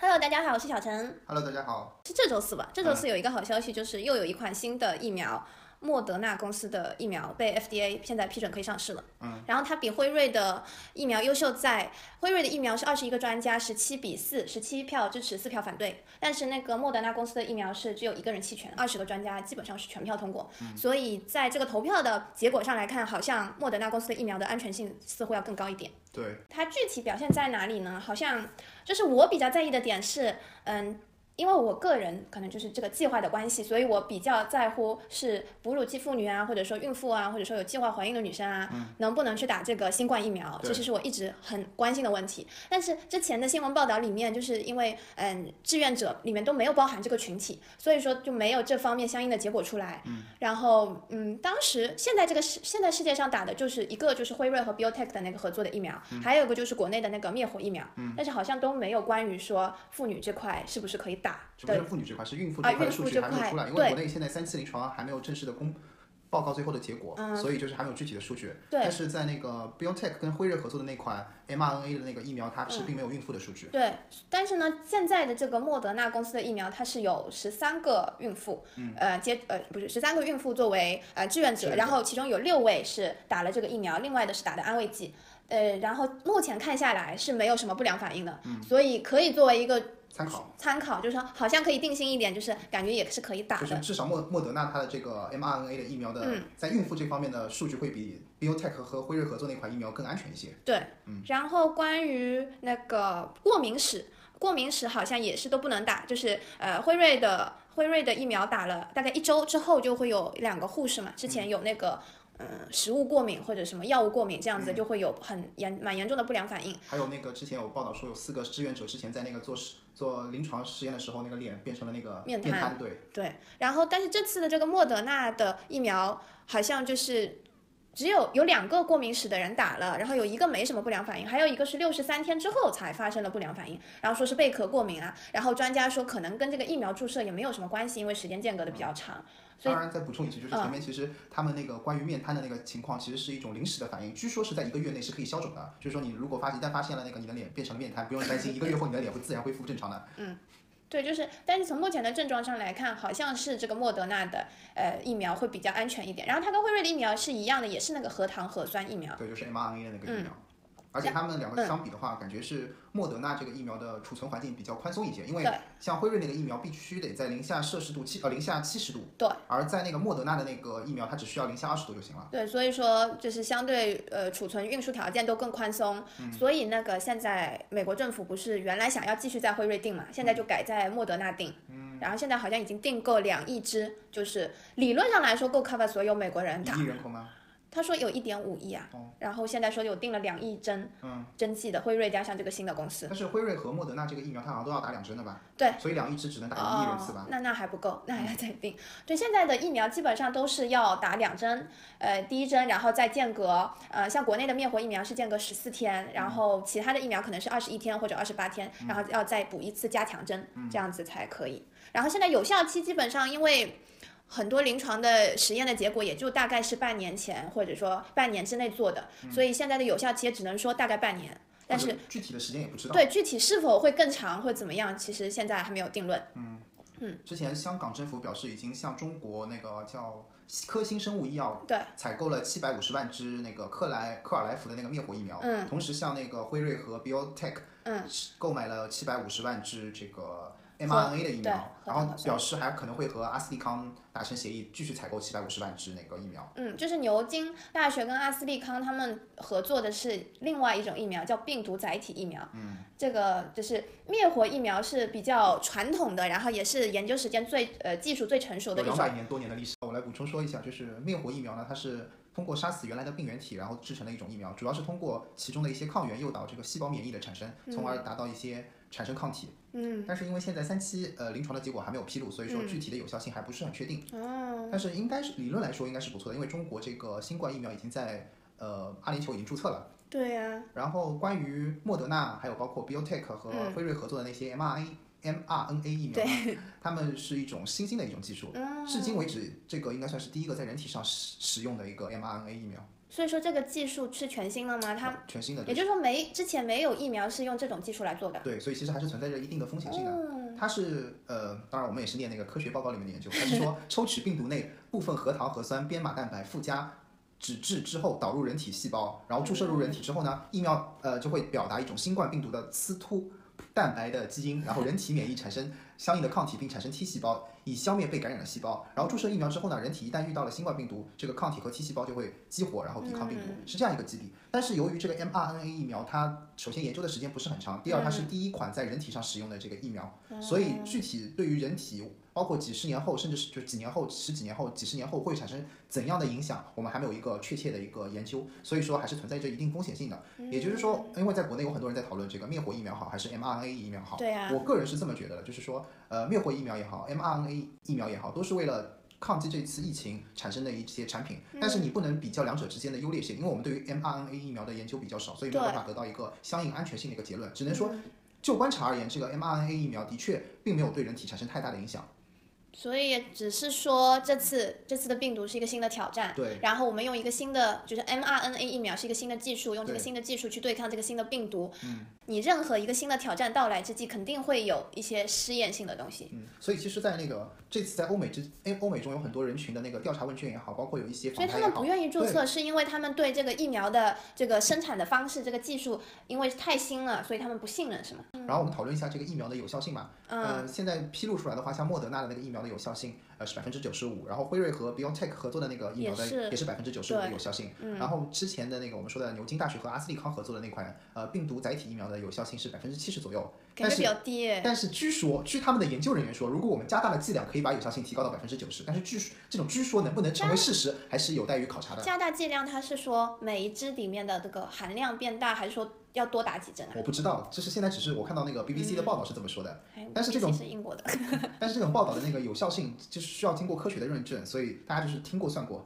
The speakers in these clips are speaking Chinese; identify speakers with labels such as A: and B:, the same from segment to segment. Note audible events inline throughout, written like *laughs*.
A: Hello，大家好，我是小陈。
B: Hello，大家好。
A: 是这周四吧？这周四有一个好消息，就是又有一款新的疫苗，莫德纳公司的疫苗被 FDA 现在批准可以上市了。
B: 嗯，
A: 然后它比辉瑞的疫苗优秀在，辉瑞的疫苗是二十一个专家，十七比四，十七票支持，四票反对。但是那个莫德纳公司的疫苗是只有一个人弃权，二十个专家基本上是全票通过。所以在这个投票的结果上来看，好像莫德纳公司的疫苗的安全性似乎要更高一点。
B: 对，
A: 它具体表现在哪里呢？好像就是我比较在意的点是，嗯，因为我个人可能就是这个计划的关系，所以我比较在乎是哺乳期妇女啊，或者说孕妇啊，或者说有计划怀孕的女生啊，能不能去打这个新冠疫苗，
B: 嗯对
A: 这就是我一直很关心的问题。但是之前的新闻报道里面，就是因为嗯志愿者里面都没有包含这个群体，所以说就没有这方面相应的结果出来。嗯，然后嗯，当时现在这个世现在世界上打的就是一个就是辉瑞和 BioTech 的那个合作的疫苗，
B: 嗯
A: 还有一个就是国内的那个灭活疫苗，嗯、但是好像都没有关于说妇女这块是不是可以打
B: 就不
A: 的
B: 是妇女这块，是孕妇
A: 啊
B: 这块的
A: 孕
B: 数
A: 妇
B: 据
A: 这
B: 还没有
A: 块
B: 出来，因
A: 对
B: 为国内现在三期临床啊还没有正式的公报告最后的结果，所以就是还没有具体的数据。
A: 嗯对
B: 但是在那个 BioNTech 跟辉瑞合作的那款 mRNA 的那个疫苗，它是
A: 嗯
B: 并没有孕妇的数据。
A: 对，但是呢，现在的这个莫德纳公司的疫苗，它是有十三个孕妇，呃，接呃不是十三个孕妇作为呃志愿
B: 嗯志
A: 者，
B: 愿者
A: 然后其中有六位是打了这个疫苗，另外的是打的安慰剂，呃，然后目前看下来是没有什么不良反应的，
B: 嗯
A: 所以可以作为一个
B: 参考
A: 参考，就是说好像可以定性一点，就是感觉也是可以打
B: 就是
A: 的，嗯
B: 至少莫莫德纳它的这个 mRNA 的疫苗的在孕妇这方面的数据会比 BioNTech 和辉瑞合作那款疫苗更安全一些。
A: 对，
B: 嗯
A: 然后关于那个过敏史，过敏史好像也是都不能打，就是呃辉瑞的辉瑞的疫苗打了大概一周之后就会有两个护士嘛，之前有那个。嗯，食物过敏或者什么药物过敏这样子
B: 嗯
A: 就会有很严蛮严重的不良反应。
B: 还有那个之前有报道说有四个志愿者之前在那个做实做临床实验的时候，那个脸变成了那个
A: 面
B: 面
A: 瘫
B: 瘫，对，
A: 对，然后但是这次的这个莫德纳的呃疫苗好像就是只有有两个过敏史的人打了，然后有一个没什么不良反应，还有一个是六十三天之后才发生了不良反应，然后说是贝壳过敏啊，然后专家说可能跟这个疫苗注射也没有什么关系，因为时间间隔的比较长，所以嗯
B: 当然，再补充一句，就是前面其实他们那个关于面瘫的那个情况，其实是一种临时的反应，据说是在一个月内是可以消肿的。就是说，你如果发一旦发现了那个你的脸变成了面瘫，不用担心，一个月后你的脸会自然恢复正常的。
A: 对，就是，但是从目前的症状上来看，好像是这个莫德纳的呃疫苗会比较安全一点，然后它跟辉瑞的疫苗是一样的，也是那个核糖核酸疫苗。嗯
B: 对，就是 mRNA 的那个疫苗。而且他们两个相比的话，感觉是莫德纳这个疫苗的储存环境比较宽松一些，因为
A: 对
B: 像辉瑞那个疫苗必须得在零下摄氏度七呃零下七十度，
A: 对，
B: 而在那个莫德纳的那个疫苗，它只需要零下二十度就行了。
A: 对，所以说就是相对呃储存运输条件都更宽松，所以那个现在美国政府不是原来想要继续在辉瑞定嘛，现在就改在莫德纳定，嗯，然后现在好像已经订购两亿支，就是理论上来说够 cover 所有美国人打
B: 一亿，人口吗？
A: 他说有一点五亿啊，然后现在说有订了两亿针，嗯，针剂的辉瑞加上这个新的公司，
B: 但是辉瑞和莫德纳这个疫苗，它好像都要打两针的吧？
A: 对，
B: 所以两亿只只能打一亿人次吧？嗯
A: 哦、那那还不够，那还要再定。对，现在的疫苗基本上都是要打两针，呃，第一针，然后再间隔，呃，像国内的灭活疫苗是间隔十四天，
B: 嗯
A: 然后其他的疫苗可能是二十一天或者二十八天，然后要再补一次加强针，
B: 嗯
A: 这样子才可以。然后现在有效期基本上因为。很多临床的实验的结果也就大概是半年前或者说半年之内做的，
B: 嗯
A: 所以现在的有效期也只能说大概半年。但是
B: 或者具体的时间也不知道。
A: 对具体是否会更长会怎么样，其实现在还没有定论。嗯
B: 之前香港政府表示已经向中国那个叫科兴生物医药
A: 对
B: 采购了七百五十万支那个克莱克尔莱福的那个灭活疫苗，嗯，同时向那个辉瑞和 BioTech 嗯购买了七百五十万支这个 mRNA 的疫
A: 对
B: 苗，
A: 核
B: 然
A: 糖
B: 后
A: 核酸
B: 表示还可能会和阿斯利康达成协议，继续采购七百五十万支那个疫苗。
A: 嗯，就是牛津大学跟阿斯利康他们合作的是另外一种疫苗，叫病毒载体疫苗。嗯，这个就是灭活疫苗是比较传统的，然后也是研究时间最呃技术最成熟的
B: 有
A: 一
B: 两
A: 种。
B: 百年多年的历史。我来补充说一下，就是灭活疫苗呢，它是通过杀死原来的病原体，然后制成的一种疫苗，主要是通过其中的一些抗原诱导这个细胞免疫的产生，从
A: 嗯
B: 而达到一些产生抗体。嗯，但是因为现在三期呃临床的结果还没有披露，所以说具体的有效性还不是很确定。
A: 嗯哦，
B: 但是应该是理论来说应该是不错的，因为中国这个新冠疫苗已经在呃阿联酋已经注册了。
A: 对呀、
B: 然后关于莫德纳，还有包括 BioTech 和辉瑞合作的那些 mRNA、mRNA 疫苗呢，它们是一种新兴的一种技术，至今为止，这个应该算是第一个在人体上使使用的一个 mRNA 疫苗。
A: 所以说这个技术是全新的吗？它
B: 全新的，
A: 也就是说没之前没有疫苗是用这种技术来做嗯的。
B: 对，所以其实还是存在着一定的风险性的。它是呃，当然我们也是念那个科学报告里面的研究，它是
A: *laughs*
B: 说抽取病毒内部分核桃核酸编码蛋白附加脂质之后导入人体细胞，然后注射入人体之后
A: 嗯
B: 呢，疫苗呃就会表达一种新冠病毒的刺突蛋白的基因，然后人体免疫产生相应的抗体，并产生 T 细胞以消灭被感染的细胞。然后注射疫苗之后呢，人体一旦遇到了新冠病毒，这个抗体和 T 细胞就会激活，然后抵抗病毒，
A: 嗯
B: 是这样一个基底。但是由于这个 mRNA 疫苗，它首先研究的时间不是很长，第二它是第一款在人体上使用的这个疫苗，所以具体对于人体，包括几十年后，甚至是就几年后、十几年后、几十年后会产生怎样的影响，我们还没有一个确切的一个研究，所以说还是存在着一定风险性的。也就是说，因为在国内有很多人在讨论这个灭活疫苗好还是 mRNA 疫苗好，
A: 对啊
B: 我个人是这么觉得的，就是说，呃，灭活疫苗也好，mRNA 疫苗也好，都是为了。抗击这次疫情产生的一些产品，
A: 嗯
B: 但是你不能比较两者之间的优劣性，因为我们对于 mRNA 疫苗的研究比较少，所以没有
A: 对嗯
B: 办法得到一个相应安全性的一个结论，只能说就观察而言，这个 mRNA 疫苗的确并没有对人体产生太大的影响。
A: 所以也只是说这次这次的病毒是一个新的挑战，
B: 对，
A: 然后我们用一个新的，就是 mRNA 疫苗是一个新的技术，用这个
B: 对
A: 新的技术去对抗这个新的病毒。嗯，你任何一个新的挑战到来之际，肯定会有一些试验性的东西。
B: 嗯，所以其实，在那个这次在欧美之，哎，欧美中有很多人群的那个调查问卷也好，包括有一些
A: 所以
B: 访
A: 他
B: 谈也
A: 们
B: 好
A: 不，愿意注
B: 对
A: 册，是因为他们对这个疫苗的这个生产的方式、这个技术，因为太新了，所以他们不信任，是吗？
B: 然后我们讨论一下这个疫苗的有效性嘛。
A: 嗯，
B: 呃，现在披露出来的话，像莫德纳的那个疫苗的有效性，呃是百分之九十五，然后辉瑞和 BioNTech 合作的那个疫苗的
A: 也是
B: 也是百分之九十五的有效性。
A: 嗯
B: 然后之前的那个我们说的牛津大学和阿斯利康合作的那款呃病毒载体疫苗的有效性是百分之七十左右，
A: 感
B: 但
A: 觉
B: 是
A: 比较低耶。
B: 但是据说，据他们的研究人员说，如果我们加大了剂量，可以把有效性提高到百分之九十。但是据说这种据说能不能成为事实，还是有待于考察的。
A: 加大剂量，它是说每一支里面的这个含量变大，还是说要多打几针啊？
B: 我不知道，就是现在只是我看到那个 BBC 的报道是这么说的，
A: 哎
B: 但是这
A: 毕竟
B: 种
A: 是英国的，
B: *laughs* 但是这种报道的那个有效性就是需要经过科学的认证，所以大家就是听过算过。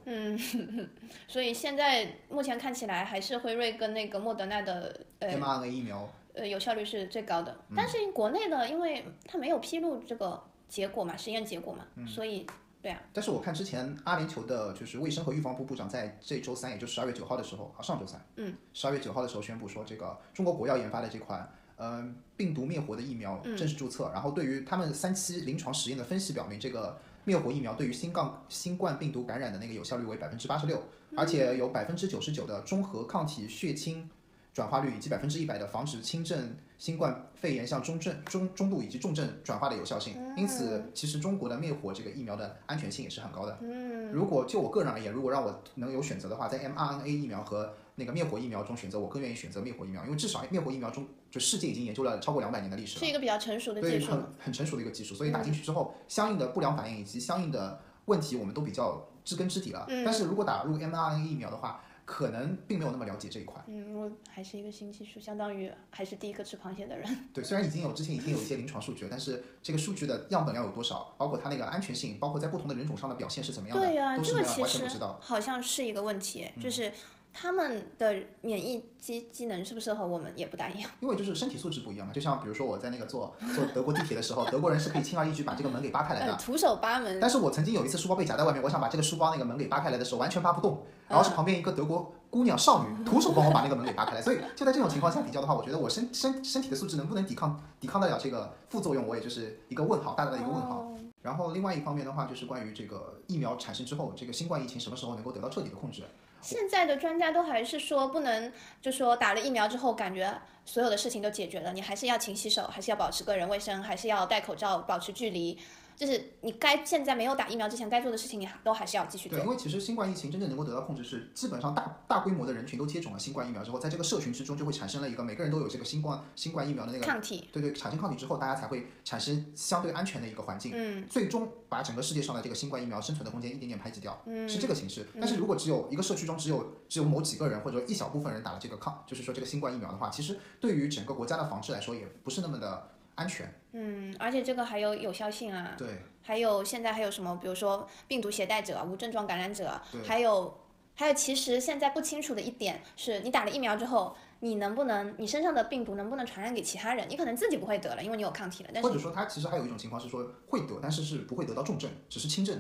A: 所以现在目前看起来还是辉瑞跟那个莫德纳的呃
B: mRNA 疫苗，
A: 呃有效率是最高的，
B: 嗯
A: 但是国内的因为它没有披露这个结果嘛，实验结果嘛，
B: 嗯
A: 所以对啊，
B: 但是我看之前阿联酋的就是卫生和预防部部长在这周三，也就十二月九号的时候啊，上周三，
A: 嗯，
B: 十二月九号的时候宣布说，这个中国国药研发的这款。呃，病毒灭活的疫苗正式注册，然后对于他们三期临床实验的分析表明，这个灭活疫苗对于新冠新冠病毒感染的那个有效率为百分之八十六，而且有百分之九十九的中和抗体血清转化率以及百分之一百的防止轻症新冠肺炎向中症、中中度以及重症转化的有效性。因此，其实中国的灭活这个疫苗的安全性也是很高的。嗯，如果就我个人而言，如果让我能有选择的话，在 mRNA 疫苗和那个灭活疫苗中选择，我更愿意选择灭活疫苗，因为至少灭活疫苗中就世界已经研究了超过两百年的历史了
A: 是。一个比较成熟的嗯技
B: 对，
A: 术
B: 很
A: 嘛。
B: 很成熟的一个技术，所以打进去之后，相应的不良反应以及相应的问题，我们都比较知根知底了。但
A: 嗯
B: 是如果打入 mRNA 疫苗的话，可能并没有那么了解这一块。
A: 嗯，我还是一个新技术，相当于还是第一个吃螃蟹的人。
B: 对，虽然已经有之前已经有一些临床数据了，但是这个数据的样本量有多少，包括它那个安全性，包括在不同的人种上的表现是怎么样的，
A: 对呀、
B: 都
A: 这
B: 是
A: 个
B: 没有
A: 其
B: 完全
A: 实
B: 不知道。嗯
A: 好像是一个问题，就是他们的免疫机机能是不是和我们也不大一样？
B: 因为就是身体素质不一样嘛，就像比如说我在那个坐坐德国地铁的时候，德国人是可以轻而易举把这个门给扒开来的
A: 呃，，徒手扒门，
B: 但是我曾经有一次书包被夹在外面，我想把这个书包那个门给扒开来的时候，完全扒不动，然后
A: 嗯
B: 是旁边一个德国姑娘少女徒手帮我把那个门给扒开来，所以就在这种情况下比较的话，我觉得我身身身体的素质能不能抵抗抵抗得了这个副作用，我也就是一个问号，大大的一个问号。
A: 哦
B: 然后另外一方面的话，就是关于这个疫苗产生之后，这个新冠疫情什么时候能够得到彻底的控制？
A: 现在的专家都还是说不能，就说打了疫苗之后，感觉所有的事情都解决了，你还是要勤洗手，还是要保持个人卫生，还是要戴口罩，保持距离，就是你该现在没有打疫苗之前该做的事情，你还都还是要继续做
B: 对，。因为其实新冠疫情真正能够得到控制是，基本上大大规模的人群都接种了新冠疫苗之后，在这个社群之中就会产生了一个每个人都有这个新冠新冠疫苗的那个
A: 抗体，
B: 对对，产生抗体之后，大家才会产生相对安全的一个环境，
A: 嗯，
B: 最终把整个世界上的这个新冠疫苗生存的空间一点点排挤掉，
A: 嗯
B: 是这个形式。但是如果只有一个社区中只有只有某几个人或者一小部分人打了这个抗，就是说这个新冠疫苗的话，其实对于整个国家的防治来说也不是那么的安全。
A: 嗯，而且这个还有有效性啊，
B: 对，
A: 还有现在还有什么，比如说病毒携带者、无症状感染者
B: 对，
A: 还有还有，其实现在不清楚的一点是你打了疫苗之后，你能不能你身上的病毒能不能传染给其他人？你可能自己不会得了，因为你有抗体了，但
B: 或
A: 是
B: 者说它其实还有一种情况是说会得，但是是不会得到重症，只是轻症。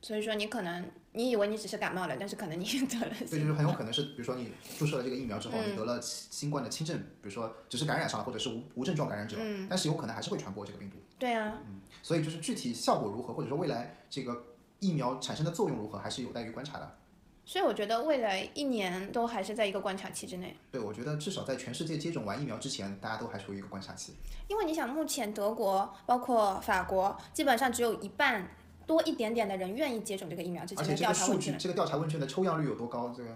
A: 所以说你可能你以为你只是感冒了，但是可能你也得了
B: 所以就是很有可能是，比如说你注射了这个疫苗之后，
A: 嗯
B: 你得了新新冠的轻症，比如说只是感染上了，或者是无无症状感染者，
A: 嗯
B: 但是有可能还是会传播这个病毒。
A: 对啊，
B: 所以就是具体效果如何，或者说未来这个疫苗产生的作用如何，还是有待于观察的。
A: 所以我觉得未来一年都还是在一个观察期之内，
B: 对，我觉得至少在全世界接种完疫苗之前，大家都还处于一个观察期。
A: 因为你想，目前德国包括法国，基本上只有一半多一点点的人愿意接种这个疫苗。之
B: 而
A: 前的
B: 且这
A: 调
B: 个
A: 查
B: 数
A: 问卷
B: 据，这个调查问卷的抽样率有多高？这个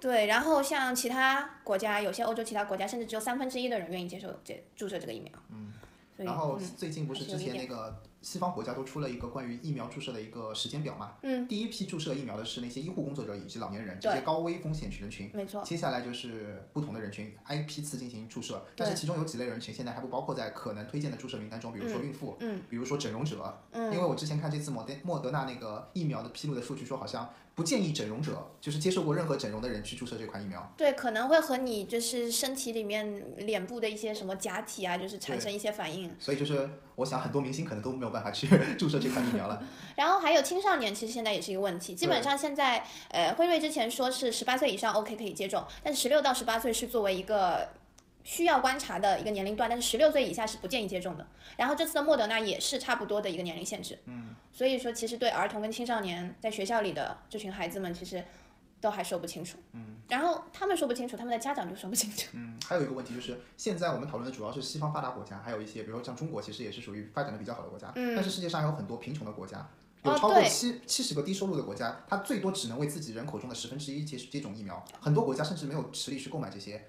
A: 对，然后像其他国家，有些欧洲其他国家甚至只有三分之一的人愿意接受这注射这个疫苗。嗯，所以
B: 然后
A: 嗯
B: 最近不是
A: 还是
B: 之
A: 有一
B: 前那个西方国家都出了一个关于疫苗注射的一个时间表嘛？嗯，第一批注射疫苗的是那些医护工作者以及老年人这些高危风险人群，
A: 没错，
B: 接下来就是不同的人群挨批次进行注射，但是其中有几类人群现在还不包括在可能推荐的注射名单中，比如说孕妇，嗯，比如说整容者，嗯，因为我之前看这次莫德莫德纳那个疫苗的披露的数据说，好像不建议整容者，就是接受过任何整容的人去注射这款疫苗。
A: 对，可能会和你就是身体里面脸部的一些什么假体啊，就是产生一些反应。
B: 所以就是，我想很多明星可能都没有办法去 *laughs* 注射这款疫苗了。
A: 然后还有青少年，其实现在也是一个问题。基本上现在，呃，辉瑞之前说是十八岁以上 OK 可以接种，但是十六到十八岁是作为一个需要观察的一个年龄段，但是十六岁以下是不建议接种的。然后这次的莫德纳也是差不多的一个年龄限制。嗯，所以说其实对儿童跟青少年在学校里的这群孩子们，其实都还说不清楚。嗯，然后他们说不清楚，他们的家长就说不清楚。
B: 嗯，还有一个问题就是，现在我们讨论的主要是西方发达国家，还有一些，比如说像中国，其实也是属于发展的比较好的国家。嗯。但是世界上还有很多贫穷的国家，有
A: 哦
B: 超过
A: 对
B: 七七十个低收入的国家，它最多只能为自己人口中的十分之一接接种疫苗。很多国家甚至没有实力去购买这些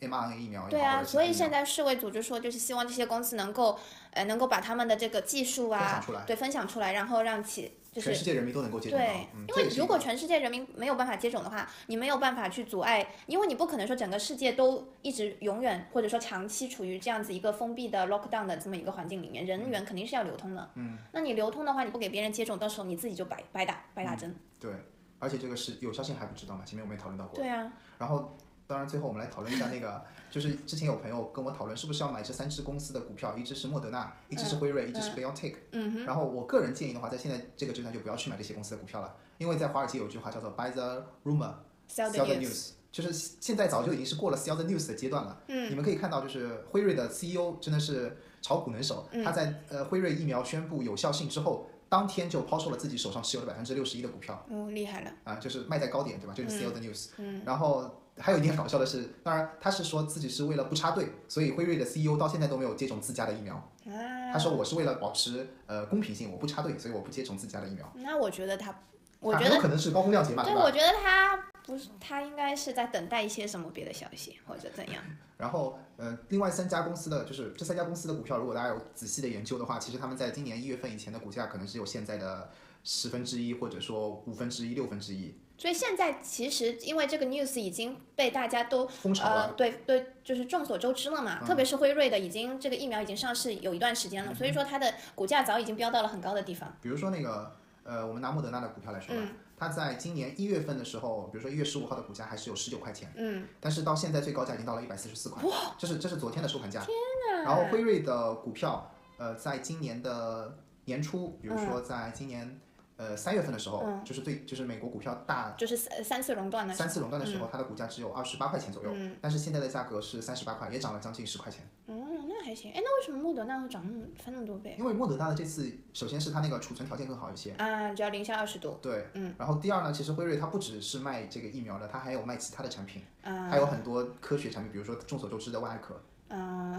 B: mRNA 疫苗。
A: 对啊，所以现
B: 在
A: 在世卫组织说，就是希望这些公司能够，呃，能够把他们的这个技术
B: 分享
A: 啊
B: 出来，
A: 对，分享出来，然后让其就
B: 全
A: 是
B: 世界人民都能够接种到。
A: 对，
B: 嗯、
A: 因
B: 这
A: 为
B: 也是一
A: 如果
B: 个
A: 全世界人民没有办法接种的话，你没有办法去阻碍，因为你不可能说整个世界都一直永远或者说长期处于这样子一个封闭的 lockdown 的这么一个环境里面，人员肯定是要流通的。嗯，那你流通的话，你不给别人接种，到时候你自己就白白打白
B: 嗯
A: 打针。
B: 对，而且这个是有效性还不知道嘛，前面我们也讨论到过。
A: 对啊，
B: 然后，当然最后我们来讨论一下那个，就是之前有朋友跟我讨论是不是要买这三只公司的股票，一只是莫德纳，一只是辉瑞，一只是 BioNTech。
A: 嗯
B: 然后我个人建议的话，在现在这个阶段就不要去买这些公司的股票了，因为在华尔街有一句话叫做 “buy the rumor,
A: ，sell
B: the
A: the news。
B: news”。就是现在早就已经是过了 sell the news 的阶段了。嗯，你们可以看到，就是辉瑞的 CEO 真的是炒股能手，
A: 嗯
B: 他在呃辉瑞疫苗宣布有效性之后，当天就抛售了自己手上持有的百分之六十一的股票。
A: 哦，厉害了，
B: 啊，就是卖在高点，对吧？就是 sell the news。嗯。然后还有一点搞笑的是，当然他是说自己是为了不插队，所以辉瑞的 CEO 到现在都没有接种自家的疫苗。
A: 啊，
B: 他说我是为了保持呃公平性，我不插队，所以我不接种自家的疫苗。
A: 那我觉得他，我
B: 啊
A: 觉
B: 很
A: 得
B: 有可能是高风亮节嘛，
A: 对，
B: 吧？
A: 我觉得他不是，他应该是在等待一些什么别的消息或者怎样。
B: 然后呃，另外三家公司的就是这三家公司的股票，如果大家有仔细的研究的话，其实他们在今年一月份以前的股价可能只有现在的十分之一，或者说五分之一、六分之一，
A: 所以现在其实因为这个 news 已经被大家都
B: 风潮了。嗯
A: 呃对对，就是众所周知了嘛。特别是辉瑞的已经这个疫苗已经上市有一段时间了，所以说它的股价早已经飙到了很高的地方。嗯
B: 比如说那个呃，我们拿莫德纳的股票来说吧，它在今年一月份的时候，比如说一月十五号的股价还是有十九块钱，嗯，但是到现在最高价已经到了一百四十四块，这是这是昨天的收盘价。天哪！然后辉瑞的股票，呃，在今年的年初，比如说在今年、呃三月份的时候，就是最就是美国股票大。
A: 就是三三次嗯熔断的时
B: 三
A: 候，嗯
B: 次熔断的时候，它的股价只有二十八块钱左右，但是现在的价格是三十八块，也涨了将近十块钱。
A: 嗯，那还行。哎，那为什么莫德纳会涨那么翻那么多倍
B: 因为莫德纳的这次，首先是它那个储存条件更好一些，
A: 啊？只要零下二十度
B: 对，嗯。然后第二呢，其实辉瑞它不只是卖这个疫苗的，它还有卖其他的产品，
A: 啊
B: 还有很多科学产品，比如说众所周知的万艾可。
A: 啊，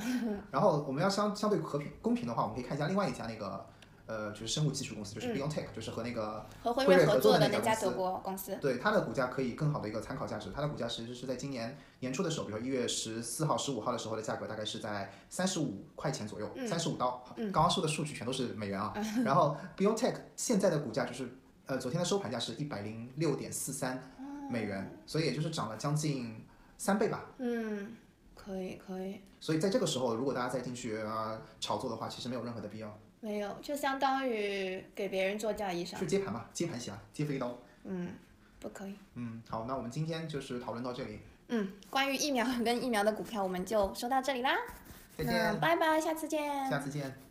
B: 然后我们要相相对和平公平的话，我们可以看一下另外一家那个呃，就是生物技术公司，就是 BioNTech，、就是和那个
A: 和辉
B: 辉
A: 瑞
B: 瑞合
A: 合
B: 作
A: 作
B: 的
A: 的
B: 那
A: 那
B: 家
A: 家德国公司。
B: 对它的股价可以更好的一个参考价值。它的股价其实是在今年年初的时候，比如说一月十四号、十五号的时候的价格大概是在三十五块钱左右，三十五刀。刚刚说的数据全都是美元啊。然后 BioNTech 现在的股价就是呃昨天的收盘价是一百零六点四三美元，所以也就是涨了将近三倍吧。
A: 嗯，可以可以。
B: 所以在这个时候，如果大家再进去啊炒作的话，其实没有任何的必要，
A: 没有，就相当于给别人做嫁衣裳，
B: 去接盘吧，接盘侠，接飞刀。
A: 不可以。
B: 嗯，好，那我们今天就是讨论到这里，
A: 嗯，关于 *laughs* 疫苗跟疫苗的股票，我们就说到这里啦。
B: 再
A: 那
B: 见，
A: 拜拜，下次见。
B: 下次见。